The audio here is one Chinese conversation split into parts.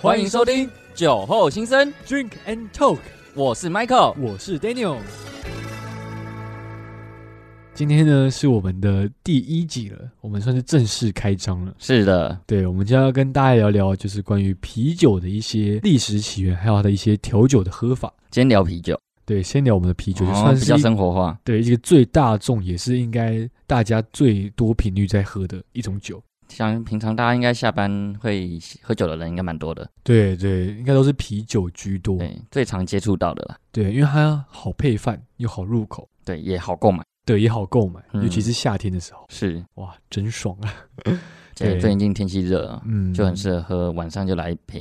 欢迎收听酒后心声， Drink and Talk，我是 Michael。我是 Daniel。今天呢是我们的第一集了，我们算是正式开张了。是的，对，我们将要跟大家聊聊，就是关于啤酒的一些历史起源，还有它的一些调酒的喝法。今天聊啤酒，对，先聊我们的啤酒，就哦算比是较一、生活化。对一个最大众，也是应该大家最多频率在喝的一种酒。像平常大家应该下班会喝酒的人应该蛮多的，对对，应该都是啤酒居多。对，最常接触到的啦，对，因为它好配饭，又好入口，对，也好购买。对，也好购买，嗯尤其是夏天的时候，是，哇，真爽啊！对，对最近天气热啊，嗯，就很适合喝，晚上就来一瓶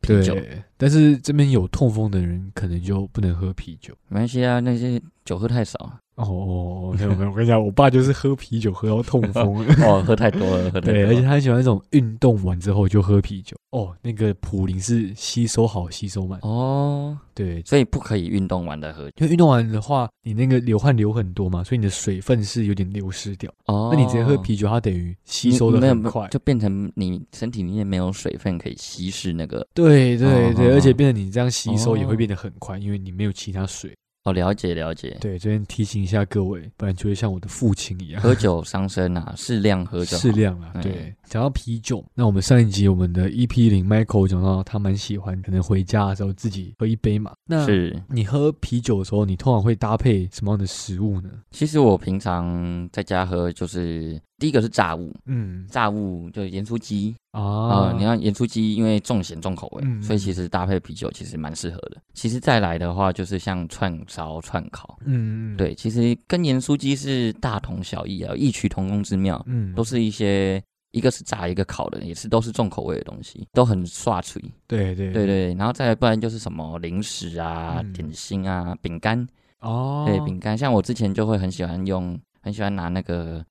啤对，酒，但是这边有痛风的人可能就不能喝啤酒。没关系啊，那些酒喝 太少，哦哦，哦没有没有，我跟你讲，我爸就是喝啤酒喝到痛 风。哦，喝太多了，喝太多对，而且了。他很喜欢那种运动完之后就喝啤酒。哦，那个普林是吸收好吸收满。哦，对，所以不可以运动完再喝酒因为运动完的话，你那个流汗流很多嘛，所以你的水分是有点流失掉。哦。那你直接喝啤酒，它等于吸你收的没有很快。就变成你身体里面没有水分可以稀释那个。对对哦哦对，哦而且变成你这样吸收也哦会变得很快，因为你没有其他水。哦，了解了解。对，这边提醒一下各位，不然就会像我的父亲一样。 喝酒伤身啊， 适量喝酒。适。量啦嗯。对，讲到啤酒，那我们上一集我们的 EP 零 Michael 讲到他蛮喜欢，可能回家的时候自己喝一杯嘛。那是，你喝啤酒的时候，你通常会搭配什么样的食物呢？其实我平常在家喝，就是第一个是炸物，嗯炸物就是盐酥鸡啊、啊，你看盐酥鸡，因为重咸重口味，嗯所以嗯其实搭配啤酒其实蛮适合的。其实再来的话，就是像串烧、串烤，嗯，对，其实跟盐酥鸡是大同小异啊，异曲同工之妙，嗯，都是一些一个是炸，一个烤的，也是都是重口味的东西，都很刷嘴。对对对对，然后再来不然就是什么零食啊、嗯点心啊、饼干，哦，对饼干，像我之前就会很喜欢用，很喜欢拿那个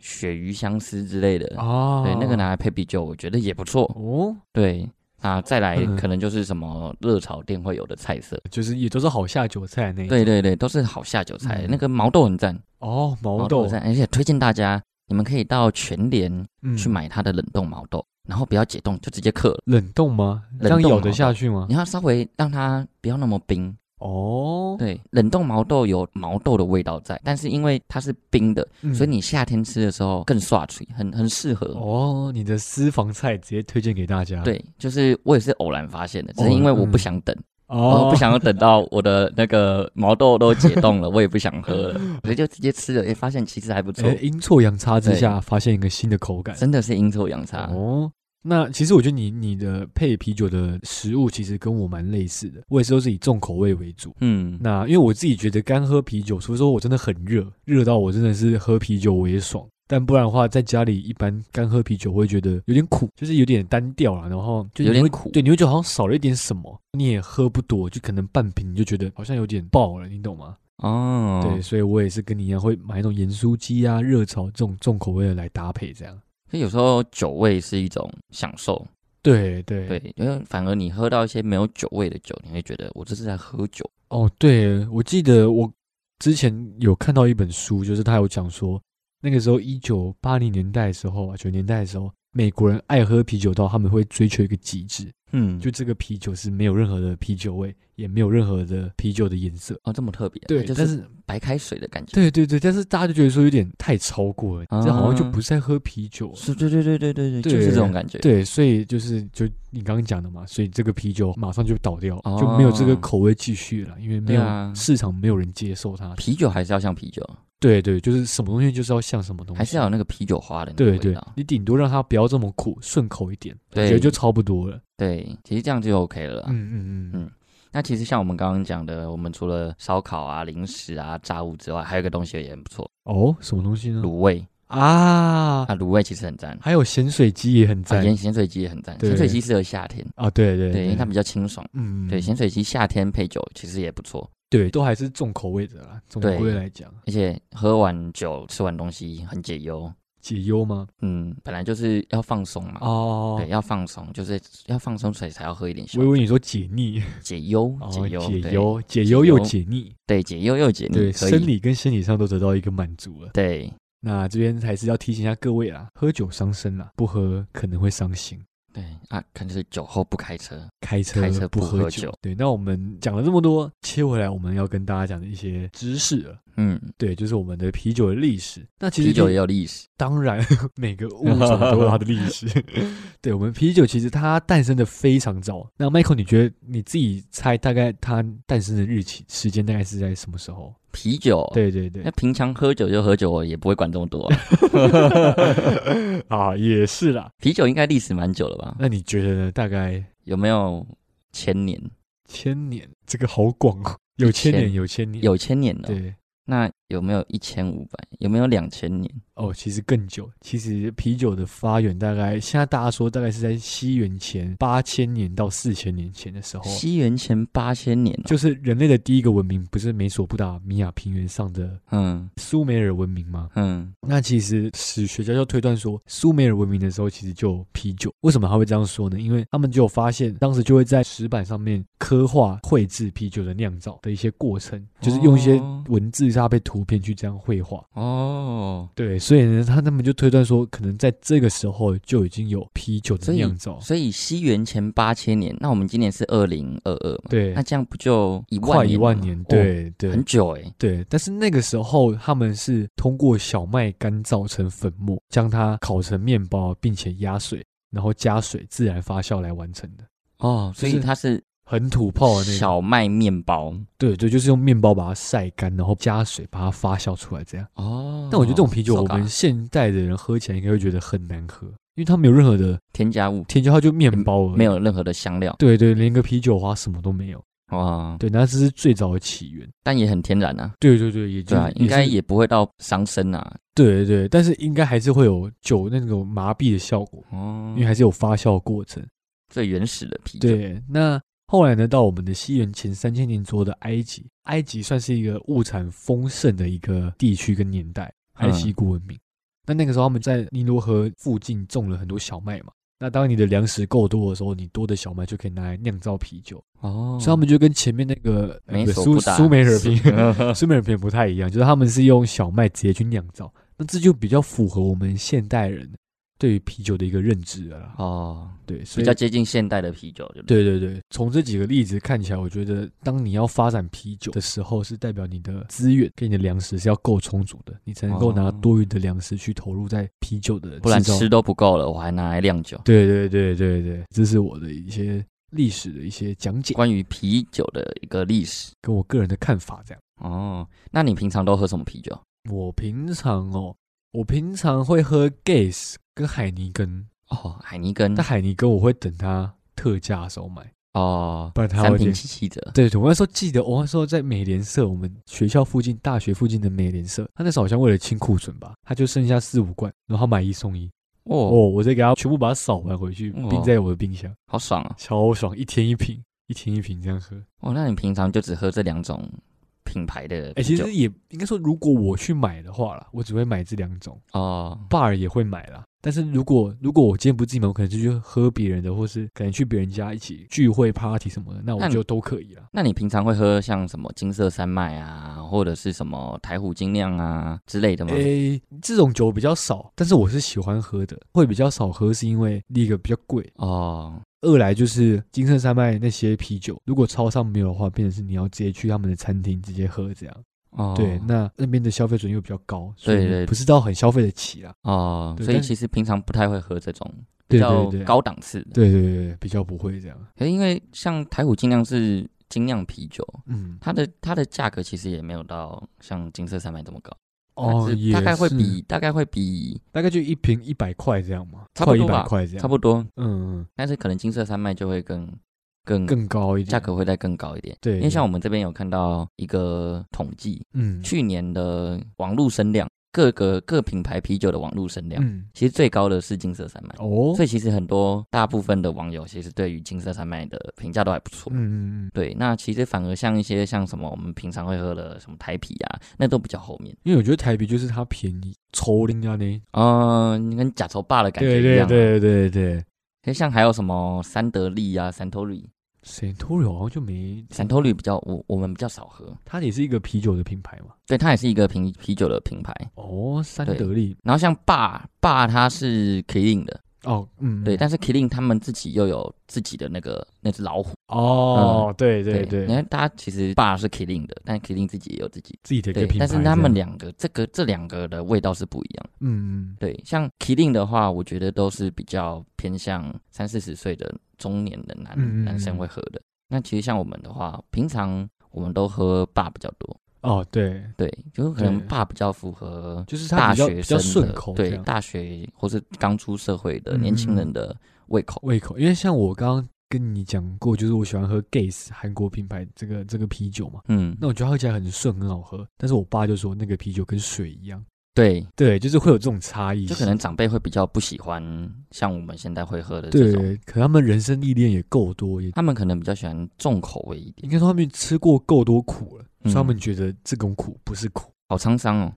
鳕鱼香丝之类的，哦，对，那个拿来配啤酒，我觉得也不错。哦，对，那再来嗯可能就是什么热炒店会有的菜色，就是也都是好下酒菜那一对对对，都是好下酒菜。嗯那个毛豆很赞，哦，毛豆豆很赞，而且推荐大家，你们可以到全联嗯去买它的冷冻毛豆，然后不要解冻，就直接嗑了，冷冻吗？这样冷冻咬毛豆得下去 吗你？要稍微让它不要那么冰。哦，对，冷冻毛豆有毛豆的味道在，但是因为它是冰的，嗯所以你夏天吃的时候更刷嘴，很很适合。哦，你的私房菜直接推荐给大家。嗯对，就是我也是偶然发现的，只是偶因为然我不嗯想等，哦，呃我不想要等到我的那个毛豆都解冻了， 我也不想喝了，所以就直接吃了，也发现其实还不错，哎，阴错阳差之对下，发现一个新的口感。真的是阴错阳差。哦，那其实我觉得你你的配啤酒的食物其实跟我蛮类似的，我也是都是以重口味为主。嗯，那因为我自己觉得干喝啤酒，除非说我真的很热，热到我真的是喝啤酒我也爽。但不然的话，在家里一般干喝啤酒，我会觉得有点苦，就是有点单调啊啦，然后就有你会点苦对，你会觉得好像少了一点什么，你也喝不多，就可能半瓶你就觉得好像有点爆了，你懂吗？哦，对，，所以我也是跟你一样会买那种盐酥鸡啊、热炒这种重口味的来搭配，这样。所以有时候酒味是一种享受，对对对，因为反而你喝到一些没有酒味的酒，你会觉得我这是在喝酒。哦，对，我记得我之前有看到一本书，就是他有讲说，那个时候一九八零年代的时候啊，九年代的时候，美国人爱喝啤酒到他们会追求一个极致，嗯，就这个啤酒是没有任何的啤酒味，也没有任何的啤酒的颜色。哦这么特别，对，就但是是白开水的感觉。对对对，但是大家就觉得说有点太超过了，这好像就啊不是在喝啤酒。是，对对对对对对，对就是这种感觉。对，所以就是就你刚刚讲的嘛，所以这个啤酒马上就倒掉，哦就没有这个口味继续了，因为没对啊有市场，没有人接受它。啤酒还是要像啤酒，啊对对，就是什么东西就是要像什么东西，还是要有那个啤酒花的那个对味对道，。你顶多让它不要这么苦，顺口一点，我对觉得就差不多了。对，其实这样就 OK 了啦。嗯嗯嗯嗯，那其实像我们刚刚讲的，我们除了烧烤啊、零食啊、炸物之外，还有一个东西也很不错，哦，什么东西呢？卤味啊，啊，卤味其实很赞，还有咸水鸡也很啊赞盐咸水鸡也很赞，对咸水鸡适合夏天，啊，对对对，因为它比较清爽。嗯对，咸水鸡夏天配酒其实也不错，对都还是重口味的啦，总对归来讲而且喝完酒吃完东西很解忧。解忧吗？嗯，本来就是要放松嘛，哦对，，要放松，就是要放松，所以才要喝一点小我以为你说解腻，解忧，哦解忧，解对，忧，解解忧又忧解腻，对，解忧又解腻，对，可生以，理跟心理上都得到一个满足了。对，那这边还是要提醒一下各位啦，喝酒伤身啦，不喝可能会伤心。对啊，可能是酒后不开车。开车开车不不喝喝酒。酒对，那我们讲了这么多，切回来我们要跟大家讲的一些知识了。嗯，对，就是我们的啤酒的历史。那其实啤酒第也有历史。当然， 每个物种都有它的历史。 对我们啤酒其实它诞生的非常早。啊那 Michael，你觉得你自己猜大概它诞生的日期时间大概是在什么时候？啤酒，，对对对那，平常喝酒就喝酒，我也不会管这么 多啊、啊，也是啦。啤酒应该历史蛮久了吧？那你觉得呢？大概有没有千年？千年，这个好广哦，有千年，千有千年，有千年了、对那有没有一千五百？有没有两千年？哦，其实更久。其实啤酒的发源大概现在大家说大概是在西元前八千年到四千年前的时候，西元前八千年、哦。哦就是人类的第一个文明不是美索不达米亚平原上的嗯苏美尔文明吗？嗯，那其实史学家就推断说，苏美尔文明的时候其实就有啤酒。为什么他会这样说呢？因为他们就有发现，当时就会在石板上面刻画绘制啤酒的酿造的一些过程，就是用一些哦文字搭配图片去这样绘画。哦，对，所以呢，他他们就推断说，可能在这个时候就已经有啤酒的所以酿造。所以西元前八千年，那我们今年是二零二二嘛？对那，这样不就一万快年？哦一万年，，对、对，很久哎、对，但是那个时候他们是通过小麦干燥成粉末，将它烤成面包，并且压水，然后加水自然发酵来完成的，哦，所就以是它是很土炮的那种。小麦面包对对，就是用面包把它晒干，然后加水把它发酵出来这样。哦。但我觉得这种啤酒， so 我 ga 们现代的人喝起来应该会觉得很难喝，因为它没有任何的添加物添加，它就面包而已嗯没。有任何的香料对对，连个啤酒花什么都没有。哦，对，那这是最早的起源。但也很天然啊。对对对，也就对啊，应该是也不会到伤身啊。对对对，但是应该还是会有酒那种麻痹的效果。哦因为，还是有发酵过程。最原始的啤酒。，对，那后来呢，到我们的西元前三千年左右的埃及，埃及算是一个物产丰盛的一个地区跟年代，埃嗯及古文明。那那个时候他们在尼罗河附近种了很多小麦嘛。那当你的粮食够多的时候，你多的小麦就可以拿来酿造啤酒，哦，所以他们就跟前面那个那美个索苏不达苏美尔平原 平苏美尔平原不太一样，就是他们是用小麦直接去酿造，那这就比较符合我们现代人对于啤酒的一个认知了啦。哦，对，所比以较接近现代的啤酒，对不对？对对对，从这几个例子看起来，我觉得当你要发展啤酒的时候，是代表你的资源跟你的粮食是要够充足的，你才能够拿哦多余的粮食去投入在啤酒的不然制造吃。都不够了，我还拿来酿酒。对对对对对，这是我的一些历史的一些讲解，关于啤酒的一个历史跟我个人的看法这样。哦，那你平常都喝什么啤酒？我平常哦，我平常会喝 Gas 跟海尼根，哦，海尼根但海尼根我会等它特价的时候买，哦，不然它三会瓶变七七折。对，我那时候记得，我那时候在美联社，我们学校附近、大学附近的美联社，他那时候好像为了清库存吧，他就剩下四五罐，然后他买一送一。哦，哦，我再给他全部把它扫完回去，哇冰在我的冰箱，好爽啊！超爽，一天一瓶，一天一瓶这样喝。哦，那你平常就只喝这两种品牌的哎、啤其酒？实也应该说，如果我去买的话啦，我只会买这两种哦， ，bar 也会买啦。但是如果如果我今天不自己买，我可能就去喝别人的，或是可能去别人家一起聚会、party 什么的，那我那你就都可以啦。那你平常会喝像什么金色山脉啊，或者是什么台虎精酿啊之类的吗？诶、这种酒比较少，但是我是喜欢喝的。会比较少喝是因为第一个比较贵，哦，二来就是金色山脉那些啤酒，如果超商没有的话，变成是你要直接去他们的餐厅直接喝这样。哦，对，那那边的消费准又比较高，所对以对不是到很消费得起啦。哦，对所以但是其实平常不太会喝这种比对较对对，高档次的。对对对对，比较不会这样。可是因为像台虎精酿是精酿啤酒，嗯，它的它的价格其实也没有到像金色山脉这么高，哦，它只也大概会是比大概会比大概就一瓶一百块这样嘛，差不快一多吧百块这样，差不多，多，嗯，但是可能金色山脉就会更更更高一点价格会再更高一点。对，因为像我我们这边有看到一个统计，嗯去年的网络声量，各个各品牌啤酒的网络声量，嗯其实最高的是金色山脉。哦，所以其实很多大部分的网友其实对于金色山脉的评价都还不错。嗯嗯嗯，对，那其实反而像一些像什么我们平常会喝的什么台啤啊，那都比较后面。因为我觉得台啤就是它便宜，抽拎啊呢，嗯、跟假愁霸的感觉一样、对对啊。对对对，其实像还有什么三得利啊、三头利，谁突然好像就没，三头利比较我我们比较少喝，它也是一个啤酒的品牌嘛。对，它也是一个啤啤酒的品牌。哦，三对得利然后像霸霸它是 Killing 的，哦，嗯，对，但是 Killing 他们自己又有自己的那个那只老虎。哦，对对嗯对，对你，看大家其实爸是 Killing 的，但 Killing 自己也有自己。自己的一个对品，牌但这是样，他们两个这个这两个的味道是不一样的。嗯，嗯，对，像 Killing 的话，我觉得都是比较偏向三四十岁的中年的男、嗯嗯嗯男生会喝的。那其实像我们的话，平常我们都喝爸比较多，哦，对，对，就是可能对爸比较符合就是它大比较学比生较顺的，口，嗯对，大学或是刚出社会的年轻人的胃口。胃口，因为像我刚刚跟你讲过，就是我喜欢喝 Gaze 韩国品牌这个这个啤酒嘛，嗯，那我觉得它喝起来很顺，很好喝，但是我爸就说那个啤酒跟水一样，对，对，就是会有这种差异性，就可能长辈会比较不喜欢像我们现在会喝的这种，对，可他们人生历练也够多，也他们可能比较喜欢重口味一点。应该说他们吃过够多苦了，所以他嗯们觉得这种苦不是苦。好沧 桑哦，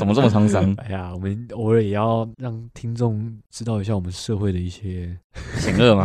怎么这么沧桑？哎呀，我们偶尔也要让听众知道一下我们社会的一些， 险恶吗？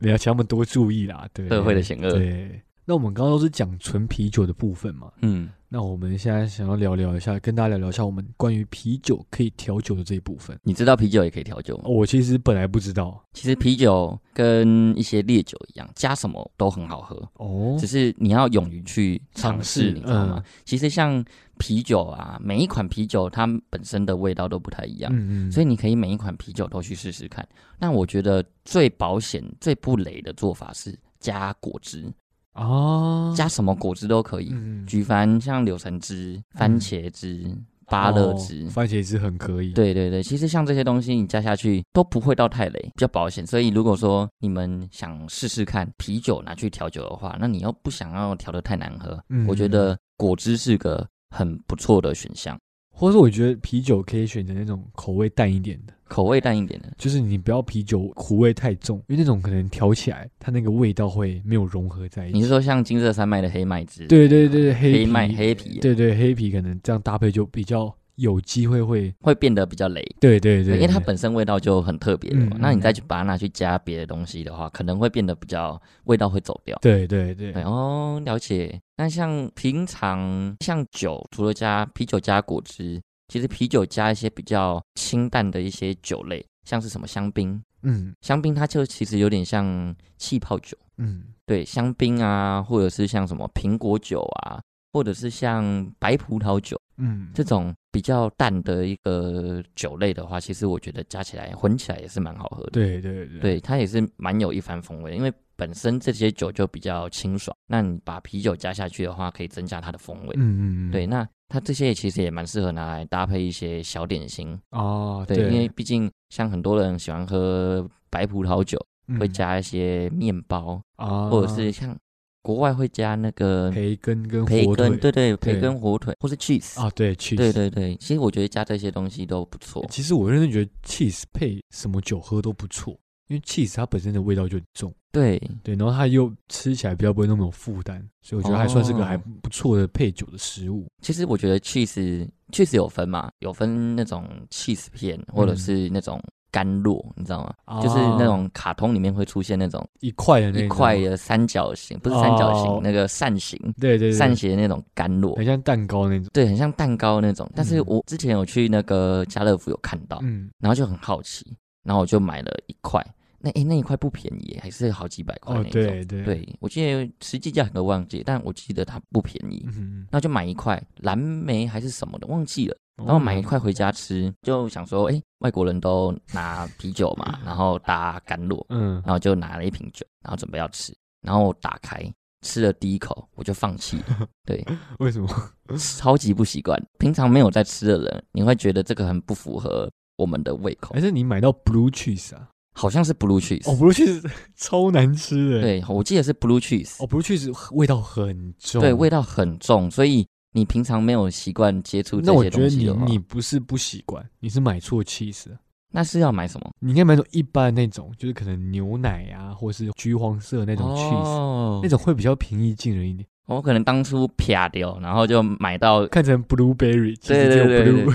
你要请他们多注意啦，对社会的险恶。对。那我们刚刚都是讲纯啤酒的部分嘛，嗯，那我们现在想要聊聊一下，跟大家聊聊一下我们关于啤酒可以调酒的这一部分。你知道啤酒也可以调酒吗？哦我其实本来不知道其实啤酒跟一些烈酒一样，加什么都很好喝，哦只是你要勇于去尝尝试试，嗯你知道吗？其实像啤酒啊，每一款啤酒它本身的味道都不太一样。嗯嗯，所以以你可以每一款啤酒都去试试看。那我觉得最保险、最不累的做法是加果汁，啊，加什么果汁都可以。嗯嗯举凡像柳橙汁、番茄汁、芭乐汁。哦番茄汁很可以，，对对对，其实像这些东西你加下去都不会到太累，比较保险。所以如果说你们想试试看啤酒拿去调酒的话，那你又不想要调的太难喝，嗯我觉得果汁是个很不错的选项，或者是我觉得啤酒可以选择那种口味淡一点的，口味淡一点的。就是你不要啤酒苦味太重，因为那种可能调起来它那个味道会没有融合在一你起。是说像金色山脉的黑麦汁？对对对，黑黑啤麦黑啤啊对对黑啤可能这样搭配就比较有机会会，会变得比较累，对对对，因为它对本身味道就很特别了嘛。嗯那你再去把它拿去加别的东西的话，可能会变得比较味道会走掉。对对对对哦，了解。那像平常像酒，除了加啤酒加果汁，其实啤酒加一些比较清淡的一些酒类，像是什么香槟，嗯香槟它就其实有点像气泡酒，嗯对，香槟啊，或者是像什么苹果酒啊，或者是像白葡萄酒。嗯，这种比较淡的一个酒类的话，其实我觉得加起来混起来也是蛮好喝的。对对对对，它也是蛮有一番风味的，因为本身这些酒就比较清爽，那你把啤酒加下去的话，可以增加它的风味。嗯嗯嗯，对，那它这些其实也蛮适合拿来搭配一些小点心。哦，对，因为毕竟像很多人喜欢喝白葡萄酒，会嗯加一些面包，啊，或者是像国外会加那个培根跟培火根，腿对对，培对根火腿，或是 cheese。啊，对 cheese。对对对，其实我觉得加这些东西都不错。其实我认真觉得 cheese 配什么酒喝都不错，因为 cheese 它本身的味道就很重，对，对，然后它又吃起来比较不会那么有负担，所以我觉得还算是个还哦不错的配酒的食物。其实我觉得 cheese cheese 有分嘛，有分那种 cheese 片，或嗯者是那种甘露，你知道吗？就是那种卡通里面会出现那种啊一块哦的那一种块，的三角形，不是三角形，哦那个扇形、对对对，扇形的那种甘露很，像蛋糕那种。对，很像蛋糕那种。但是嗯我之前有去那个家乐福有看到，嗯，然后就很好奇，然后我就买了一块。那诶，那一块不便宜耶，还是好几百块哦那，种。对对，对，我记得实际价格忘记，但我记得它不便宜。嗯，那就买一块蓝莓还是什么的，忘记了。然然后买一块回家吃，就想说，哎、外国人都拿啤酒嘛，然后搭甘露，嗯然后就拿了一瓶酒，然后准备要吃，然后我打开吃了第一口，我就放弃 了。对，为什哦么？超级不习惯，平常没有在吃的人，你会觉得这个很不符合我们的胃口还，是你买到 blue cheese 啊？好像是 blue cheese，、哦，blue cheese 超难吃的。对我记得是 blue cheese，、哦，blue cheese 味道很重。对，味道很重，所以你平常没有习惯接触这那我些觉得东西你的话，你不是不习惯，你是买错 cheese，了那是要买什么？你应该买那种一般的那种，就是可能牛奶啊，或是橘黄色那种 cheese，、哦那种会比较平易近人一点。我可能当初啪掉，然后就买到，看成 blueberry，其实对只有对对 blue，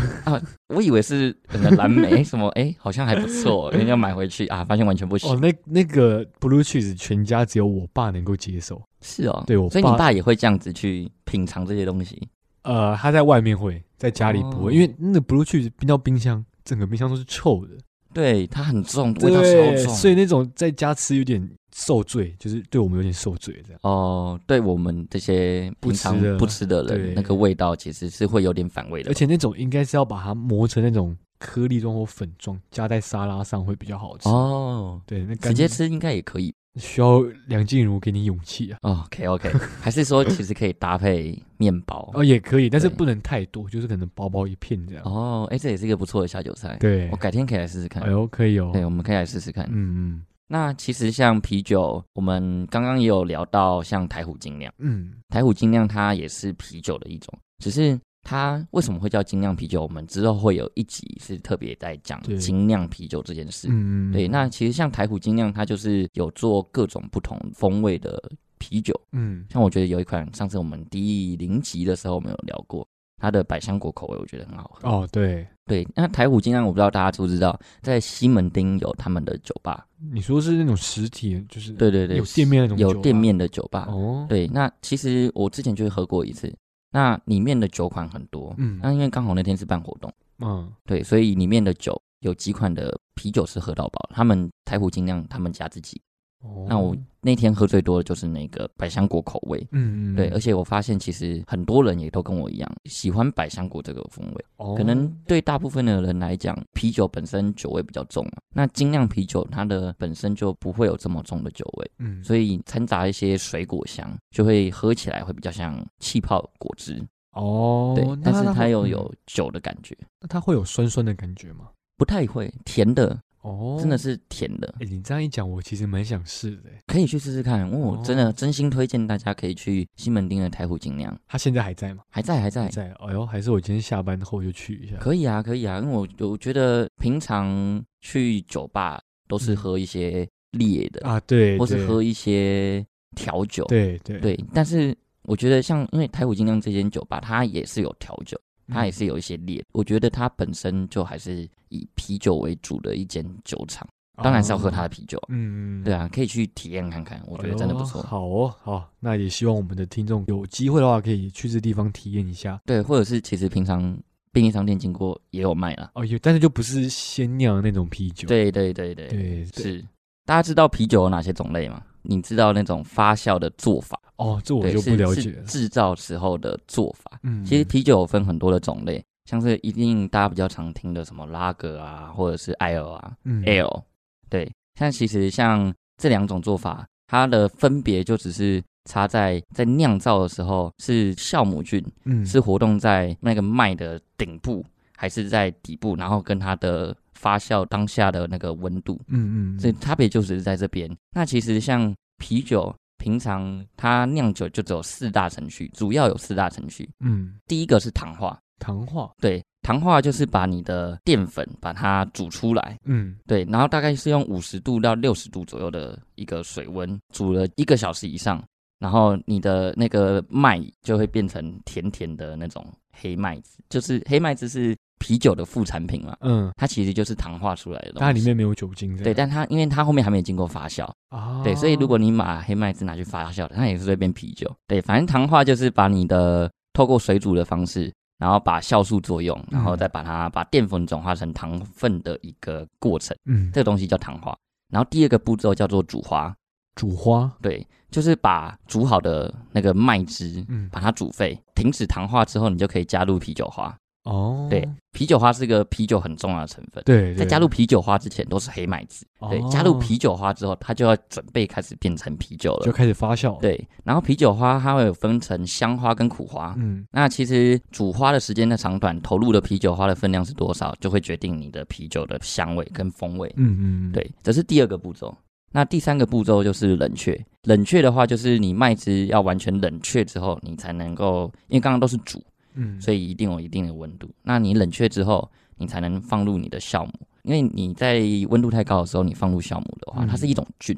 我以为是可能 蓝莓什么，哎，好像还不错，人家买回去啊，发现完全不行。哦，那那个 blue cheese 全家只有我爸能够接受，是哦，对我所以你爸爸也会这样子去品尝这些东西，呃，他在外面会，在家里不会，哦因为那个 blue cheese 冰到冰箱整个冰箱都是臭的，对，它很重，味道对，超重。所以那种在家吃有点受罪，就是对我们有点受罪这样。哦，对我们这些不平吃常的不吃的对人，那个味道其实是会有点反胃的。而且那种应该是要把它磨成那种颗粒状或粉状，加在沙拉上会比较好吃。哦，对，那直感觉接吃应该也可以。需要梁静茹给你勇气啊。哦，OK OK，还 是说其实可以搭配面包？哦，也可以，但是对不能太多，就是可能薄薄一片这样。哦，哎，这也是一个不错的下酒菜。对我，改天可以来试试看哎。呦，可以哦。对，我们可以来试试看。嗯嗯那其实像啤酒，我们刚刚也有聊到，像台虎精酿，嗯，台虎精酿它也是啤酒的一种，只是它为什么会叫精酿啤酒？我们之后会有一集是特别在讲对精酿啤酒这件事。嗯嗯，对，嗯那其实像台虎精酿，它就是有做各种不同风味的啤酒。嗯像我觉得有一款，上次我们第零集的时候我们有聊过，它的百香果口味，我觉得很好喝。哦对，对，那台虎精酿，我不知道大家知不知道，在西门町有他们的酒吧。你说是那种实体，就是对对对，有店面那种有酒吧店面的酒吧。哦，对，那其实我之前就喝过一次，那里面的酒款很多。嗯那因为刚好那天是办活动，嗯对，所以里面的酒有几款的啤酒是喝到饱。他们台虎精酿，他们家自己哦，那我那天喝最多的就是那个百香果口味。嗯嗯对，嗯而且我发现其实很多人也都跟我一样喜欢百香果这个风味。哦可能对大部分的人来讲，啤酒本身酒味比较重嘛，啊那精酿啤酒它的本身就不会有这么重的酒味，嗯所以掺杂一些水果香，就会喝起来会比较像气泡果汁。哦，对，但是那它又会有酒的感觉，那它会有酸酸的感觉吗？不太会甜的，哦，真的是甜的。哎、你这样一讲，我其实蛮想试的欸。可以去试试看，我、哦真的真心推荐大家可以去西门町的台虎精酿，他现在还在吗？还在还在还，在。哎呦，还是我今天下班后就去一下。可以啊，可以啊，因为我我觉得平常去酒吧都是嗯喝一些烈的，啊，对，或是对喝一些调酒，对对对但是我觉得像因为台虎精酿这间酒吧，它也是有调酒，嗯它也是有一些烈，我觉得它本身就还是以啤酒为主的一间酒厂，当然是要喝它的的。啤酒啊。哦嗯，嗯对啊，可以去体验看看，我觉得真的不错。哎呦好哦，好，那也希望我们的听众有机会的话，可以去这地方体验一下。对，或者是其实平常便利商店经过也有卖啦。哦，有，但是就不是鲜酿的那种啤酒。对对对对，对对是。大家知道啤酒有哪些种类吗？你知道那种发酵的做法，哦，这我对就不了是解是了。制造时候的做法。嗯，其实啤酒有分很多的种类，像是一定大家比较常听的什么拉格啊，或者是艾尔啊、嗯 ale，对。但其实像这两种做法，它的分别就只是差在在酿造的时候是酵母菌嗯是活动在那个麦的顶部还是在底部，然后跟它的发酵当下的那个温度，嗯嗯，所以差别就只是在这边。那其实像啤酒，平常它酿酒就只有四大程序，主要有四大程序。嗯第一个是糖化，糖化对，糖化就是把你的淀粉把它煮出来，嗯对，然后大概是用五十度到六十度左右的一个水温煮了一个小时以上，然后你的那个麦就会变成甜甜的那种黑麦子，就是黑麦子是啤酒的副产品嘛，嗯，它其实就是糖化出来的东西。但它里面没有酒精这对，样。但它因为它后面还没有经过发酵，啊，对，所以如果你把黑麦汁拿去发酵的，它也是会变啤酒。对，反正糖化就是把你的透过水煮的方式，然后把酵素作用，然嗯后再把它把淀粉转化成糖分的一个过程，嗯这个东西叫糖化。然后第二个步骤叫做煮花，煮花对，就是把煮好的那个麦汁，嗯把它煮沸，停止糖化之后，你就可以加入啤酒花。哦，对，啤酒花是个啤酒很重要的成分。对，在对加入啤酒花之前都是黑麦汁，对，加入哦啤酒花之后，它就要准备开始变成啤酒了就。开始发酵了。对，然后啤酒花它会有分成香花跟苦花。嗯，那其实煮花的时间的长短，投入的啤酒花的分量是多少，就会决定你的啤酒的香味跟风味。嗯嗯嗯，对，这是第二个步骤。那第三个步骤就是冷却。冷却的话，就是你麦汁要完全冷却之后，你才能够，因为刚刚都是煮，嗯，所以一定有一定的温度。那你冷却之后，你才能放入你的酵母，因为你在温度太高的时候，你放入酵母的话，它是一种菌，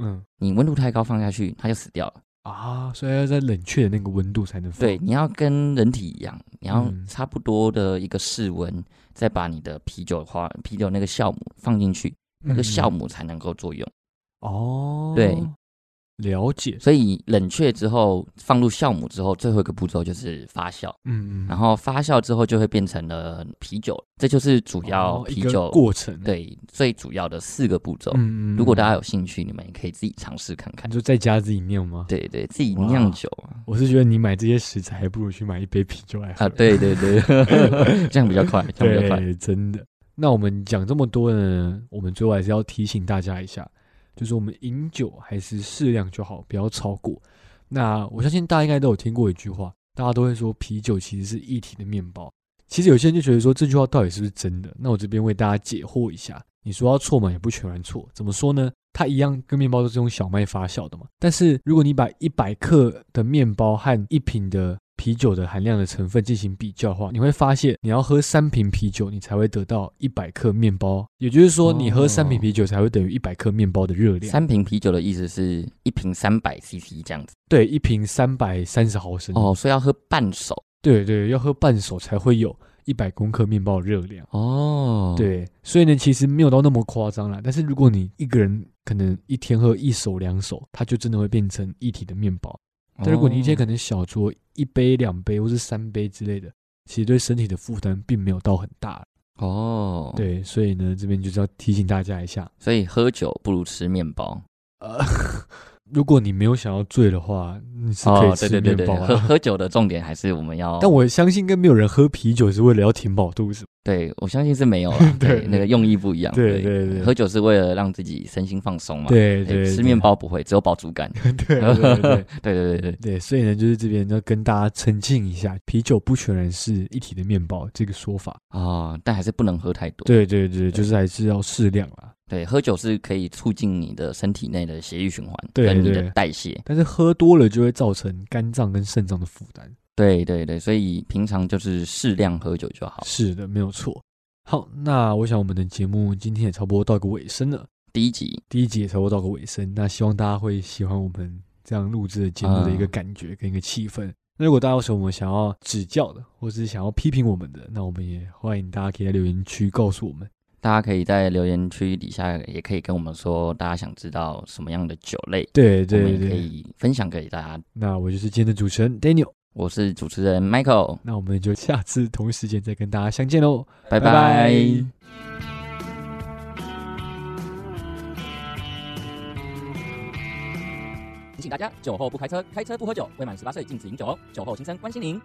嗯你温度太高放下去，它就死掉了。啊，所以要在冷却的那个温度才能放。对，，你要跟人体一样，你要嗯差不多的一个室温，再把你的啤酒花、啤酒那嗯个酵母放进去，那个酵母母才能够作用。哦，对了解，所以冷却之后放入酵母之后，最后一个步骤就是发酵，嗯嗯，然后发酵之后就会变成了啤酒，这就是主要哦一啤个酒、过程，对最主要的四个步骤。嗯，嗯嗯，如果大家有兴趣，你们也可以自己尝试看看你。就在家自己酿吗？对对，自己哇酿酒啊，我是觉得你买这些食材，还不如去买一杯啤酒来喝。啊，对对对，这样比较快，这样比较快。对，真的。那我们讲这么多呢，我们最后还是要提醒大家一下，就是我们饮酒还是适量就好，不要超过。那我相信大家应该都有听过一句话，大家都会说啤酒其实是一体的面包。其实有些人就觉得说这句话到底是不是真的？那我这边为大家解惑一下，你说它错嘛，也不全然错。怎么说呢？它一样跟面包都是用小麦发酵的嘛。但是如果你把一百克的面包和一瓶的啤酒的含量的成分进行比较的话，你会发现你要喝三瓶啤酒，你才会得到一百克面包。也就是说，你喝三瓶啤酒才会等于一百克面包的热量。哦三瓶啤酒的意思是一瓶三百 CC 这样子对，一瓶三百三十毫升。哦，所以要喝半手对对，要喝半手才会有一百公克面包的热量。哦。，对，所以呢，其实没有到那么夸张啦。但是如果你一个人可能一天喝一手两手，它就真的会变成一体的面包。但如果你一哦天可能小酌一杯、两杯或是三杯之类的，其实对身体的负担并没有到很大。哦，，对，所以呢，这边就是要提醒大家一下，所以喝酒不如吃面包呃，如果你没有想要醉的话，你是可以哦，对吃对对面对，包喝啊。喝酒的重点还是我们要，但我相信，应该没有人喝啤酒是为了要填饱肚子。，对我相信是没有啦对 对那个用意不一样，对对对哦喝酒是为了让自己身心放松嘛，对哎，对，吃对面，包不会，只有饱足感， 对对对。 对对对对，对，所以呢，就是这边要跟大家澄清一下，啤酒不全然是一体的面包这个说法。哦，但还是不能喝太多，对对对，就是还是要适量啦。对，喝酒是可以促进你的身体内的血液循环，对跟你对的代谢。但是喝多了就会造成肝脏跟肾脏的负担。对对对，所以平常就是适量喝酒就好。是的，没有错。好，那我想我们的节目今天也差不多到个尾声了，第一集，第一集也差不多到个尾声。那希望大家会喜欢我们这样录制的节目的一个嗯感觉跟一个气氛。那如果大家有什么想要指教的，或是想要批评我们的，那我们也欢迎大家可以在留言区告诉我们。大家可以在留言区底下也可以跟我们说，大家想知道什么样的酒类，对对我对们也可以分享给大家。那我就是今天的主持人 Daniel，我是主持人 Michael，那我们就下次同一时间再跟大家相见喽。拜拜拜拜提醒大家，酒后不开车，开车不喝酒。未满十八岁禁止饮酒哦。酒后心生关心您。